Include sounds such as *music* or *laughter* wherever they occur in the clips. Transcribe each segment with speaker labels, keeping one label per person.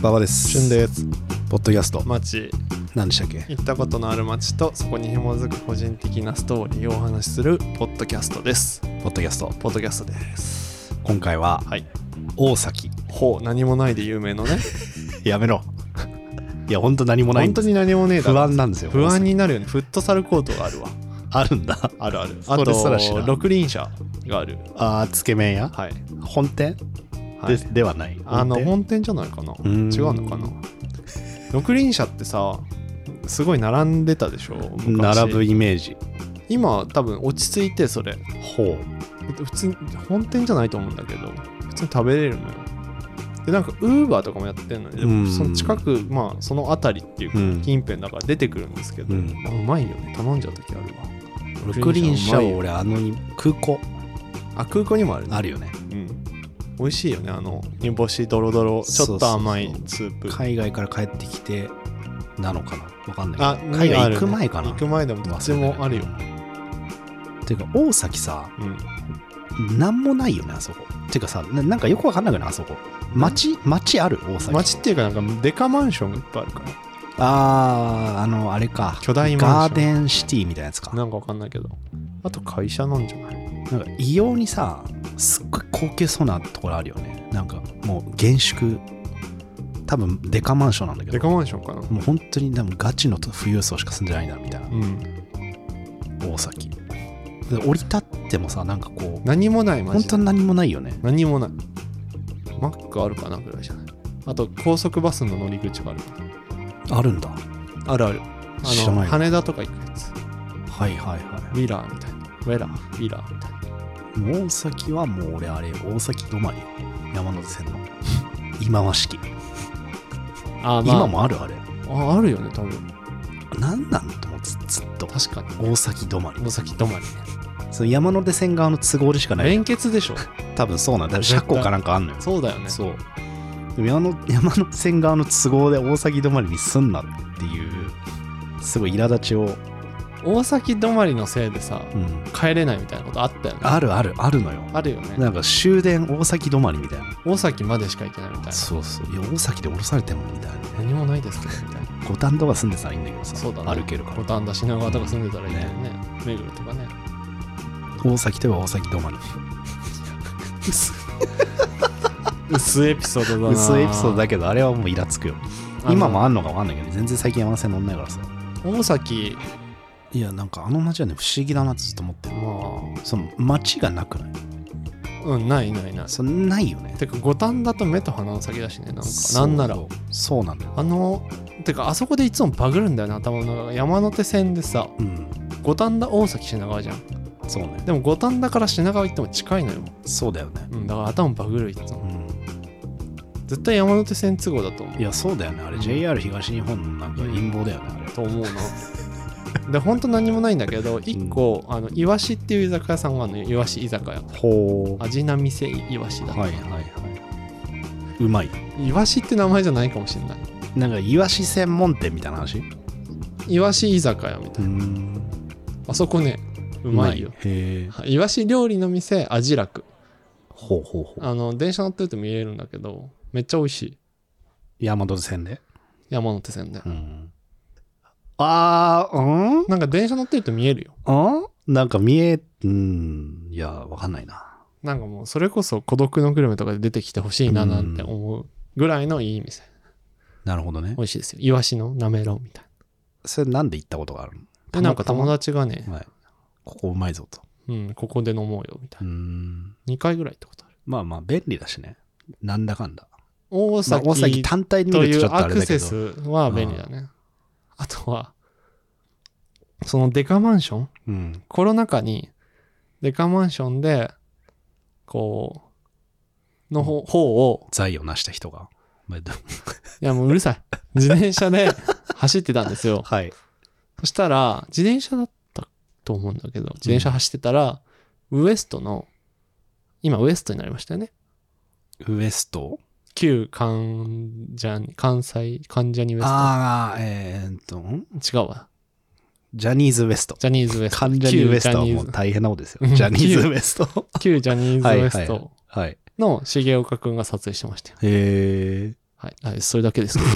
Speaker 1: 馬場です
Speaker 2: 旬です
Speaker 1: ポッドキャスト
Speaker 2: 街
Speaker 1: 何でしたっけ
Speaker 2: 行ったことのある街とそこに紐づく個人的なストーリーをお話しするポッドキャストです
Speaker 1: ポッドキャスト
Speaker 2: ポッドキャストです
Speaker 1: 今回は
Speaker 2: はい
Speaker 1: 大崎
Speaker 2: ほう何もないで有名のね
Speaker 1: やめろ *laughs* いや本当何もないん
Speaker 2: 本
Speaker 1: で
Speaker 2: 当
Speaker 1: す
Speaker 2: に何もねえだ
Speaker 1: 不
Speaker 2: ろ
Speaker 1: 安なんですよ
Speaker 2: 不安
Speaker 1: に
Speaker 2: になるよねフットサルコートがあるわ
Speaker 1: あるんだ
Speaker 2: あるあるあ
Speaker 1: それすら知ら
Speaker 2: と
Speaker 1: ん
Speaker 2: 六輪車がある
Speaker 1: あーつけ麺屋
Speaker 2: はい、
Speaker 1: 本店
Speaker 2: は
Speaker 1: で
Speaker 2: い、
Speaker 1: ではない
Speaker 2: あの
Speaker 1: 本店
Speaker 2: 本店じゃないかな違う
Speaker 1: ーん
Speaker 2: のかな六輪車ってさすごい並んでたでしょ昔
Speaker 1: 並ぶイメージ
Speaker 2: 今多分落ち着いてそれ
Speaker 1: ほ
Speaker 2: 普通に本店じゃないと思うんだけど普通に食べれるのよでなんかウーバーとかもやってんのに、
Speaker 1: うん
Speaker 2: その近くまあその辺りっていうか、
Speaker 1: うん
Speaker 2: 近辺だから出てくるんですけど、
Speaker 1: うん
Speaker 2: あうまいよね頼んじゃう時あるわ
Speaker 1: う六輪車
Speaker 2: うまい
Speaker 1: を
Speaker 2: よ
Speaker 1: 俺あの空港
Speaker 2: あ空港にもあるね
Speaker 1: あるよね
Speaker 2: うん、美味しいよねあの煮干しドロドロちょっと甘い
Speaker 1: そうそう
Speaker 2: スープ
Speaker 1: 海外から帰ってきてなのかなわかんない
Speaker 2: あ
Speaker 1: けど海
Speaker 2: にあ
Speaker 1: 外
Speaker 2: る
Speaker 1: 行く前かな
Speaker 2: 行く前でもどっちもあるよ、
Speaker 1: ていうか大崎さ
Speaker 2: うん、
Speaker 1: なんもないよねあそこていうかさななんかよくわかんなくないあそこ町町ある大崎
Speaker 2: 街っていうかなんかデカマンションがいっぱいあるから
Speaker 1: あああのあれか
Speaker 2: 巨大マ
Speaker 1: ガ
Speaker 2: ンション
Speaker 1: ーデンシティみたいなやつかな
Speaker 2: なんかわかんないけどあと会社なんじゃない
Speaker 1: んか異様にさすっごい高級そうなところあるよねなんかもう厳粛多分デカマンションなんだけ
Speaker 2: デ
Speaker 1: ど
Speaker 2: カマンションかな
Speaker 1: もう本当に多分ガチの富裕層しか住んでないなみたいな
Speaker 2: うん
Speaker 1: 大崎で降り立ってもさなんかこう
Speaker 2: 何もないマ
Speaker 1: 本
Speaker 2: ジで
Speaker 1: 当に何もないよね
Speaker 2: 何もないマックあるかなぐらいじゃないあと高速バスの乗り口があるか
Speaker 1: あるんだ
Speaker 2: なあるあるあ
Speaker 1: 知ら
Speaker 2: の
Speaker 1: ない
Speaker 2: 羽田とか行くやつ
Speaker 1: はいはいは
Speaker 2: ウィラーみたいなウェラーウィラーみたいない
Speaker 1: もう大崎はもう俺あれ大崎止まり山手線の
Speaker 2: *laughs*
Speaker 1: 今和式
Speaker 2: あ、まあ、
Speaker 1: 今もあるあれ
Speaker 2: ああるよね多分
Speaker 1: 何なんと思ってずっと
Speaker 2: 確かに
Speaker 1: 大崎止まり
Speaker 2: 大崎止まりね
Speaker 1: その山手線側の都合でしかない
Speaker 2: 連結でしょ *laughs*
Speaker 1: 多分そうなんだ
Speaker 2: 絶対
Speaker 1: 車庫かなんかあんのよ
Speaker 2: そうだよね
Speaker 1: そうでも山の *laughs* 山手線側の都合で大崎止まりにすんなっていうすごい苛立ちを、
Speaker 2: 大崎止まりのせいでさ
Speaker 1: うん、
Speaker 2: 帰れないみたいなことあったよね
Speaker 1: あるあるあるのよ
Speaker 2: あるよね
Speaker 1: なんか終電大崎止まりみたいな
Speaker 2: 大崎までしか行けないみたいな
Speaker 1: そうそういや大崎で降ろされてもみたいなね
Speaker 2: 何もないですけどみたいな
Speaker 1: 五反田とか住んでたらいいんだけどさ
Speaker 2: そうだね
Speaker 1: 歩けるから
Speaker 2: 五反田品川とか住んでたらいいよね目黒とかね
Speaker 1: 大崎といえば大崎止まり *laughs* 薄
Speaker 2: *laughs* 薄いエピソードだな
Speaker 1: 薄いエピソードだけどあれはもうイラつくよ
Speaker 2: あの
Speaker 1: 今もあんのかわかんないけど全然最近山手線乗んないからさ
Speaker 2: 大崎
Speaker 1: いやなんかあの街はね不思議だなってずっと思ってる
Speaker 2: ま
Speaker 1: その街がなくない
Speaker 2: あうんないないない
Speaker 1: そんないよね
Speaker 2: てか五反田と目と鼻の先だしねなんか
Speaker 1: そう
Speaker 2: なんなら
Speaker 1: そうなんだよ
Speaker 2: あのてかあそこでいつもバグるんだよね頭の中が山手線でさ
Speaker 1: うん
Speaker 2: 五反田大崎品川じゃん
Speaker 1: そうね
Speaker 2: でも五反田から品川行っても近いのよ、
Speaker 1: そうだよね
Speaker 2: うん、だから頭バグるいつ
Speaker 1: う
Speaker 2: も
Speaker 1: ん
Speaker 2: 絶対山手線都合だと思う
Speaker 1: いやそうだよねあれ
Speaker 2: うん
Speaker 1: JR 東日本のなんか陰謀だよねあれ
Speaker 2: と思うなで本当何もないんだけど一個、あのイワシっていう居酒屋さんがあるのよイワシ居酒屋
Speaker 1: ほ
Speaker 2: 味な店イワシだ、
Speaker 1: はいはいはい。うまい。
Speaker 2: イワシって名前じゃないかもしれない
Speaker 1: なんか、イワシ専門店みたいな話
Speaker 2: イワシ居酒屋みたいな、
Speaker 1: ん。
Speaker 2: あそこねうまいよ
Speaker 1: へえ。
Speaker 2: イワシ料理の店アジラク
Speaker 1: ほうほうほう。
Speaker 2: あの電車乗ってると見えるんだけどめっちゃ美味しい
Speaker 1: 山手線で。
Speaker 2: 山手線で、
Speaker 1: うん。あー、うん
Speaker 2: なんか電車乗ってると見えるよ
Speaker 1: うんなんか見え、うん。いや、わかんないな。
Speaker 2: なんかもうそれこそ孤独のグルメとかで出てきてほしいななんて思うぐらいのいい店
Speaker 1: なるほどね
Speaker 2: 美。味しいですよイワシのなめろうみたい
Speaker 1: それなんで行ったことがある
Speaker 2: なで
Speaker 1: の
Speaker 2: なんか友
Speaker 1: 達。
Speaker 2: 達がね、
Speaker 1: はい。ここうまいぞと。
Speaker 2: うん、ここで飲もうよみたいうな、
Speaker 1: ん。
Speaker 2: 2回ぐらいってことある
Speaker 1: まあまあ、便利だしね。なんだかんだ。
Speaker 2: 大
Speaker 1: まあ大
Speaker 2: 崎
Speaker 1: 崎単体で見
Speaker 2: と
Speaker 1: る
Speaker 2: い
Speaker 1: とち
Speaker 2: う
Speaker 1: ょっと
Speaker 2: ア
Speaker 1: あれ
Speaker 2: ク
Speaker 1: だけ
Speaker 2: セ
Speaker 1: ど
Speaker 2: ス。は便利だね。あとは、そのデカマンション
Speaker 1: うん。
Speaker 2: コロナ禍にデカマンションで、こう、の方方を、
Speaker 1: 財を成した人が。まあでも
Speaker 2: いやもううるさ *laughs* い。自転車で走ってたんですよ。
Speaker 1: はい。
Speaker 2: そしたら、自転車だったと思うんだけど、自転車走ってたら、ウエストの、今ウエストになりましたよね。
Speaker 1: ウエスト
Speaker 2: 旧関ジャニ、関西、関ジャニウエス
Speaker 1: ああ、えーっと、ん
Speaker 2: ト。違うわ。
Speaker 1: ジャニーズ WEST。
Speaker 2: ジャニーズウエスト。
Speaker 1: 関ジャニウエストは
Speaker 2: 旧ジャニ
Speaker 1: も
Speaker 2: ーズ
Speaker 1: う大変なことです
Speaker 2: うん
Speaker 1: よ。ジャニーズ WEST。
Speaker 2: 旧ジャニーズ WEST
Speaker 1: はい。
Speaker 2: の重岡くんが撮影してましたよ。
Speaker 1: へえ。
Speaker 2: はい、はい、それだけですけど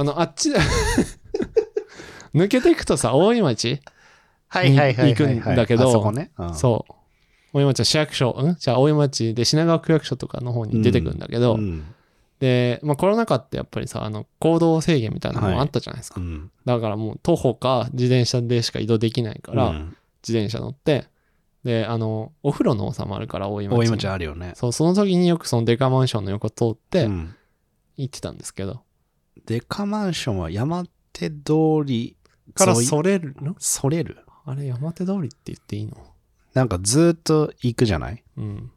Speaker 1: *laughs*
Speaker 2: あのあっちで *laughs* 抜けていくとさ大井町
Speaker 1: はいはいはいはいはい。
Speaker 2: 行くんだけど
Speaker 1: あそこね。うん
Speaker 2: そう大井町は市役所んじゃあ大井町で品川区役所とかの方に出てくるんだけど、
Speaker 1: ん
Speaker 2: で、まあ、コロナ禍ってやっぱりさあの行動制限みたいなのもあったじゃないですか、
Speaker 1: うん。
Speaker 2: だからもう徒歩か自転車でしか移動できないから、
Speaker 1: うん
Speaker 2: 自転車乗ってであのお風呂の王様あるから大井町
Speaker 1: 大井町あるよね。
Speaker 2: そうその時によくそのデカマンションの横通って
Speaker 1: うん
Speaker 2: 行ってたんですけど、
Speaker 1: デカマンションは山手通り
Speaker 2: から
Speaker 1: 沿い
Speaker 2: それるの
Speaker 1: それる
Speaker 2: あれ山手通りって言っていいの
Speaker 1: なんかずっと行くじゃない
Speaker 2: うん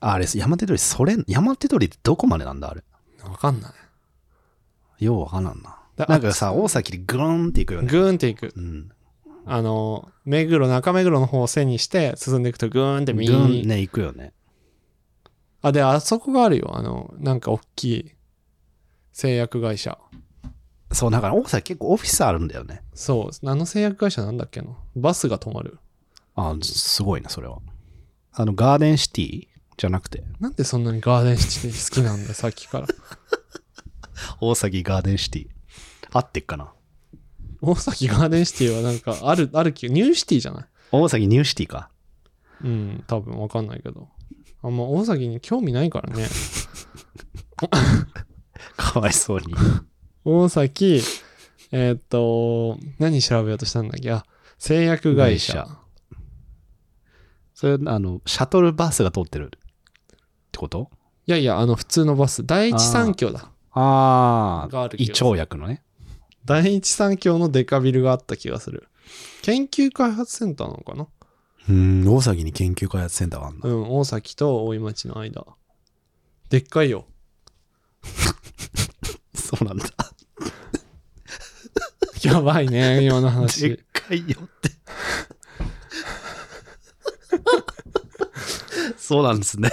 Speaker 1: ああれ、山手通り、それん、山手通りってどこまでなんだあれ。
Speaker 2: わかんない
Speaker 1: ようわからんな。
Speaker 2: だ
Speaker 1: なんか *laughs* さ、大崎でグローンって行くよね。
Speaker 2: グーンって行く
Speaker 1: うん。
Speaker 2: あの目黒中目黒の方を背にして進んでいくとグーンって
Speaker 1: グ
Speaker 2: 右
Speaker 1: ロー
Speaker 2: に、
Speaker 1: ンね、行くよね。
Speaker 2: あであそこがあるよあのなんか大きい製薬会社
Speaker 1: そう、だから大崎結構オフィスあるんだよね。
Speaker 2: そうあの製薬会社なんだっけなバスが止まる
Speaker 1: あーすごいね、それは。あの、ガーデンシティじゃなくて、
Speaker 2: なんでそんなにガーデンシティ好きなんだよ *laughs* さっきから
Speaker 1: 大崎ガーデンシティ。合ってっかな。
Speaker 2: 大崎ガーデンシティはなんかあるある気ニューシティじゃない
Speaker 1: 大崎ニューシティか。 *laughs*
Speaker 2: うん多分わかんないけどあんま大崎に興味ないからね
Speaker 1: かわいそうに。
Speaker 2: 大崎えーっと何調べようとしたんだっけあ製薬会社
Speaker 1: 会社それ、あの、シャトルバスが通ってるってこと
Speaker 2: いやいやあの普通のバス第一三共だ
Speaker 1: あ
Speaker 2: がある気
Speaker 1: 胃
Speaker 2: がする
Speaker 1: 腸薬のね。
Speaker 2: 第一三共のデカビルがあった気がする研究開発センターなのかな
Speaker 1: うん、大崎に研究開発センターがあん
Speaker 2: う
Speaker 1: な。
Speaker 2: ん大崎と大井町の間でっかいよ *laughs*
Speaker 1: そうなんだ。
Speaker 2: やばいね今の
Speaker 1: でっ
Speaker 2: 話
Speaker 1: かいよって。そうなんですね。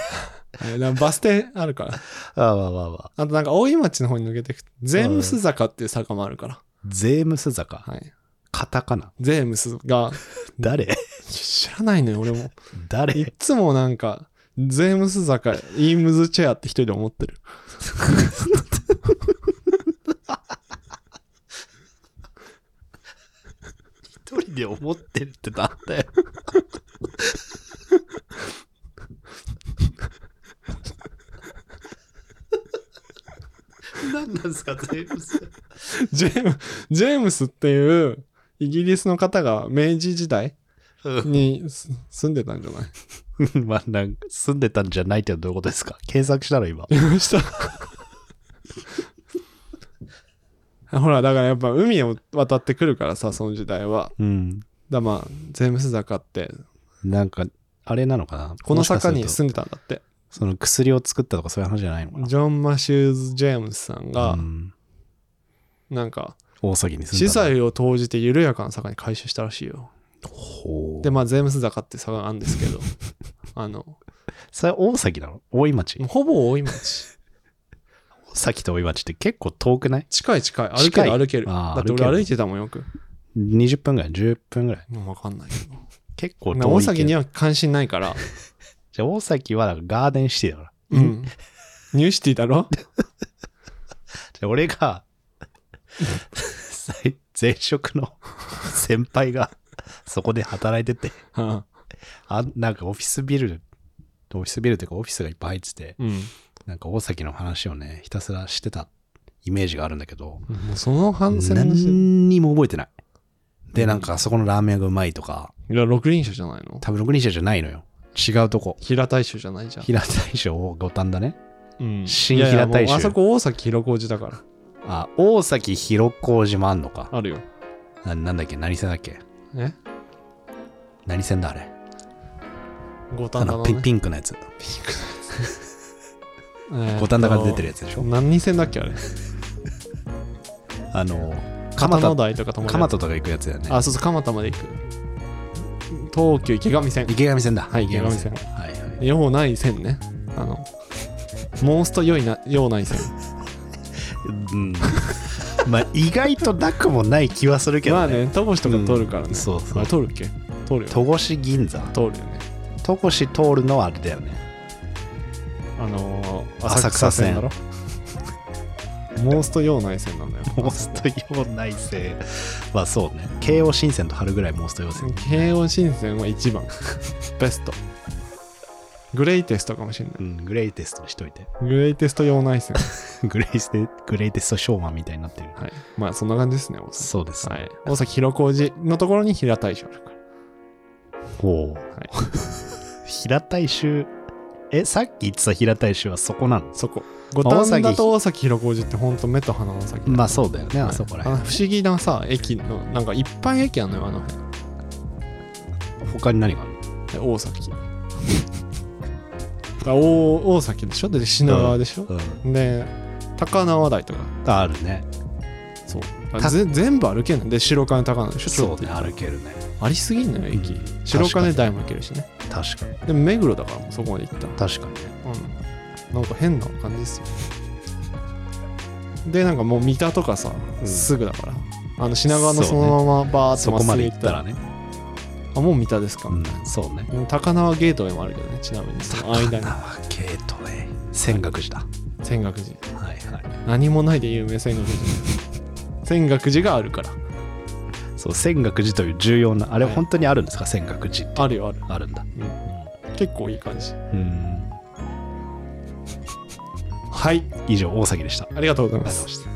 Speaker 2: はいだからバス停あるから
Speaker 1: ああ、わあわあわあ。
Speaker 2: あとなんか大井町の方に抜けていくとゼームス坂っていう坂もあるから、
Speaker 1: ゼームス坂。
Speaker 2: はい、
Speaker 1: カタカナ。
Speaker 2: ゼームス
Speaker 1: *laughs*
Speaker 2: が
Speaker 1: 誰
Speaker 2: 知らないのよ俺もいっ
Speaker 1: 誰
Speaker 2: つもなんかゼームス坂イームズチェアって一人で思ってる *laughs*
Speaker 1: 一人で思ってるってなんだよ。何なんですか、ゼームス。
Speaker 2: ジェームジェームスっていうイギリスの方が明治時代にす住んでたんじゃない *laughs*
Speaker 1: まあ、なんか、住んでたんじゃないってどういうことですか検索したの、今。
Speaker 2: いました *laughs* ほらだからやっぱ海を渡ってくるからさその時代は
Speaker 1: うん。
Speaker 2: だからまあゼームス坂って
Speaker 1: なんか、あれなのかな
Speaker 2: この坂に
Speaker 1: もしかする
Speaker 2: 住んでたんだって
Speaker 1: とその薬を作ったとかそういう話じゃないのかな
Speaker 2: ジョン・マシューズ・ジェームスさんが、
Speaker 1: うん
Speaker 2: なんか
Speaker 1: 大騒ぎに
Speaker 2: 資
Speaker 1: 住んだの。
Speaker 2: 材を投じて緩やかな坂に改修したらしいよ
Speaker 1: ほう
Speaker 2: でまあゼームス坂って坂があるんです
Speaker 1: *laughs*
Speaker 2: けどあの
Speaker 1: それ大崎なの大井町。
Speaker 2: ほぼ大井町
Speaker 1: 大崎と大井町って結構遠くない
Speaker 2: 近い近い歩ける
Speaker 1: 近い
Speaker 2: 歩ける
Speaker 1: あー
Speaker 2: だって
Speaker 1: 歩け
Speaker 2: 俺
Speaker 1: る
Speaker 2: 歩いてたもんよく
Speaker 1: ?20 分ぐらい ?10 分ぐらい
Speaker 2: もう分かんないけど
Speaker 1: 結構遠いけ
Speaker 2: な
Speaker 1: ど。
Speaker 2: 大崎には関心な
Speaker 1: *laughs*
Speaker 2: いから
Speaker 1: じゃあ大崎はガーデンシティだから。
Speaker 2: うんニューシティだろ *laughs*
Speaker 1: じゃあ俺が、 *laughs* 最前職の *laughs* 先輩がそこで働いてて、
Speaker 2: うん
Speaker 1: あなんかオフィスビル、オフィスビルというかオフィスがいっぱい入ってて、
Speaker 2: うん
Speaker 1: なんか大崎の話をね、ひたすらしてたイメージがあるんだけど、
Speaker 2: もうその反省の話い
Speaker 1: 何にも覚えてない。で、なんかあそこのラーメン屋がうまいとか、
Speaker 2: や六輪車じゃないの
Speaker 1: 多分6人者じゃないのよ。違うとこ。
Speaker 2: 平大衆じゃないじゃん、
Speaker 1: 平大将を五反だね。
Speaker 2: うん、
Speaker 1: 新
Speaker 2: いやい
Speaker 1: 平
Speaker 2: や
Speaker 1: 大衆
Speaker 2: もうあそこ大崎広小路だから
Speaker 1: あ、大崎広小路もあんのか。
Speaker 2: あるよ
Speaker 1: ななんだっけ何線だっけ
Speaker 2: え
Speaker 1: 何線だあれ。
Speaker 2: 五
Speaker 1: あ
Speaker 2: 反田
Speaker 1: の
Speaker 2: の、
Speaker 1: ピ
Speaker 2: ね
Speaker 1: ン、ピンクのやつ。
Speaker 2: 五
Speaker 1: 五反田から出てるやつでしょ
Speaker 2: 何線だっけあれ
Speaker 1: あの、
Speaker 2: 片
Speaker 1: 蒲
Speaker 2: 野
Speaker 1: 田、
Speaker 2: 台とか友
Speaker 1: 蒲田とか行くやつだよね。
Speaker 2: あそうそう蒲田まで行く東急池上線
Speaker 1: 池上線だ。
Speaker 2: はい池上線
Speaker 1: はいはい。
Speaker 2: ようない線ねあのモンストよいなようない線
Speaker 1: うん。 *laughs* まあ、意外となくもない気はするけどね。
Speaker 2: まあね戸越とか通るからね、
Speaker 1: うんそうそう
Speaker 2: あれ通るっけ通るよ
Speaker 1: 戸越銀座。
Speaker 2: 通るよね
Speaker 1: 戸越通るのはあれだよね。
Speaker 2: あのー
Speaker 1: 浅草線
Speaker 2: だろモースト用内線なのよ。
Speaker 1: モースト要内線はそうね京王新線と春ぐらいモースト要線
Speaker 2: 京王新線は一番。ベスト。グレイテストかもしれな
Speaker 1: うんグレイテストにしといて
Speaker 2: い。グレイテスト用内線。
Speaker 1: グレイステグレイテストショーマンみたいになってる
Speaker 2: はい。まあそんな感じですね、大崎。
Speaker 1: そうです、
Speaker 2: はい。大崎広小路のところに平大将だから。
Speaker 1: ほう、平たい衆えさっき言ってた平たい衆はそこなの
Speaker 2: そこ。五反田と大崎広小路ってほんと目と鼻の先だよ
Speaker 1: まあそうだよね、
Speaker 2: はい
Speaker 1: あそこら
Speaker 2: あの
Speaker 1: 辺
Speaker 2: 不思議なさ、駅の、なんかいっぱい駅あんのよ、あの辺。
Speaker 1: *laughs* 他に何がある
Speaker 2: で大崎。あ大大崎でしょで品川でしょ、
Speaker 1: の、
Speaker 2: で、高輪台とか。
Speaker 1: ああるね
Speaker 2: そう。
Speaker 1: た
Speaker 2: ぜ全部歩けない。で、白金高輪でしょ
Speaker 1: そうね
Speaker 2: ちょっと
Speaker 1: 歩けるね
Speaker 2: ありすぎんのよ、駅。
Speaker 1: うん
Speaker 2: 白金
Speaker 1: 確か
Speaker 2: 台も行けるしね。
Speaker 1: に確かに
Speaker 2: でも目黒だから、そこまで行ったら。
Speaker 1: 確かにね
Speaker 2: うん、なんか変な感じですよ *laughs* でなんかもう三田とかさ、
Speaker 1: うん
Speaker 2: すぐだからあの品川
Speaker 1: そ
Speaker 2: の
Speaker 1: う
Speaker 2: そ
Speaker 1: ね
Speaker 2: のままバーッと
Speaker 1: そ
Speaker 2: まっ
Speaker 1: こます
Speaker 2: ぐ
Speaker 1: で
Speaker 2: 行
Speaker 1: 行
Speaker 2: っ
Speaker 1: ったた
Speaker 2: ら
Speaker 1: らね
Speaker 2: あもう三田ですか、
Speaker 1: うんそうね
Speaker 2: 高輪ゲートウェイもあるけどねちなみにその
Speaker 1: 高輪
Speaker 2: 間
Speaker 1: ゲ
Speaker 2: に
Speaker 1: ートウェイ泉岳寺
Speaker 2: 泉岳寺
Speaker 1: だはいはい
Speaker 2: 何もないで有名泉岳寺泉岳寺があるから
Speaker 1: そう泉岳寺という重要なあれ
Speaker 2: はい
Speaker 1: 本当にあるんですか泉岳寺って
Speaker 2: あるよある
Speaker 1: あるんだ
Speaker 2: 結構いい感じ
Speaker 1: うん
Speaker 2: はい
Speaker 1: 以上大崎でした
Speaker 2: ありがとうござい
Speaker 1: ありがとうござい
Speaker 2: ます
Speaker 1: ました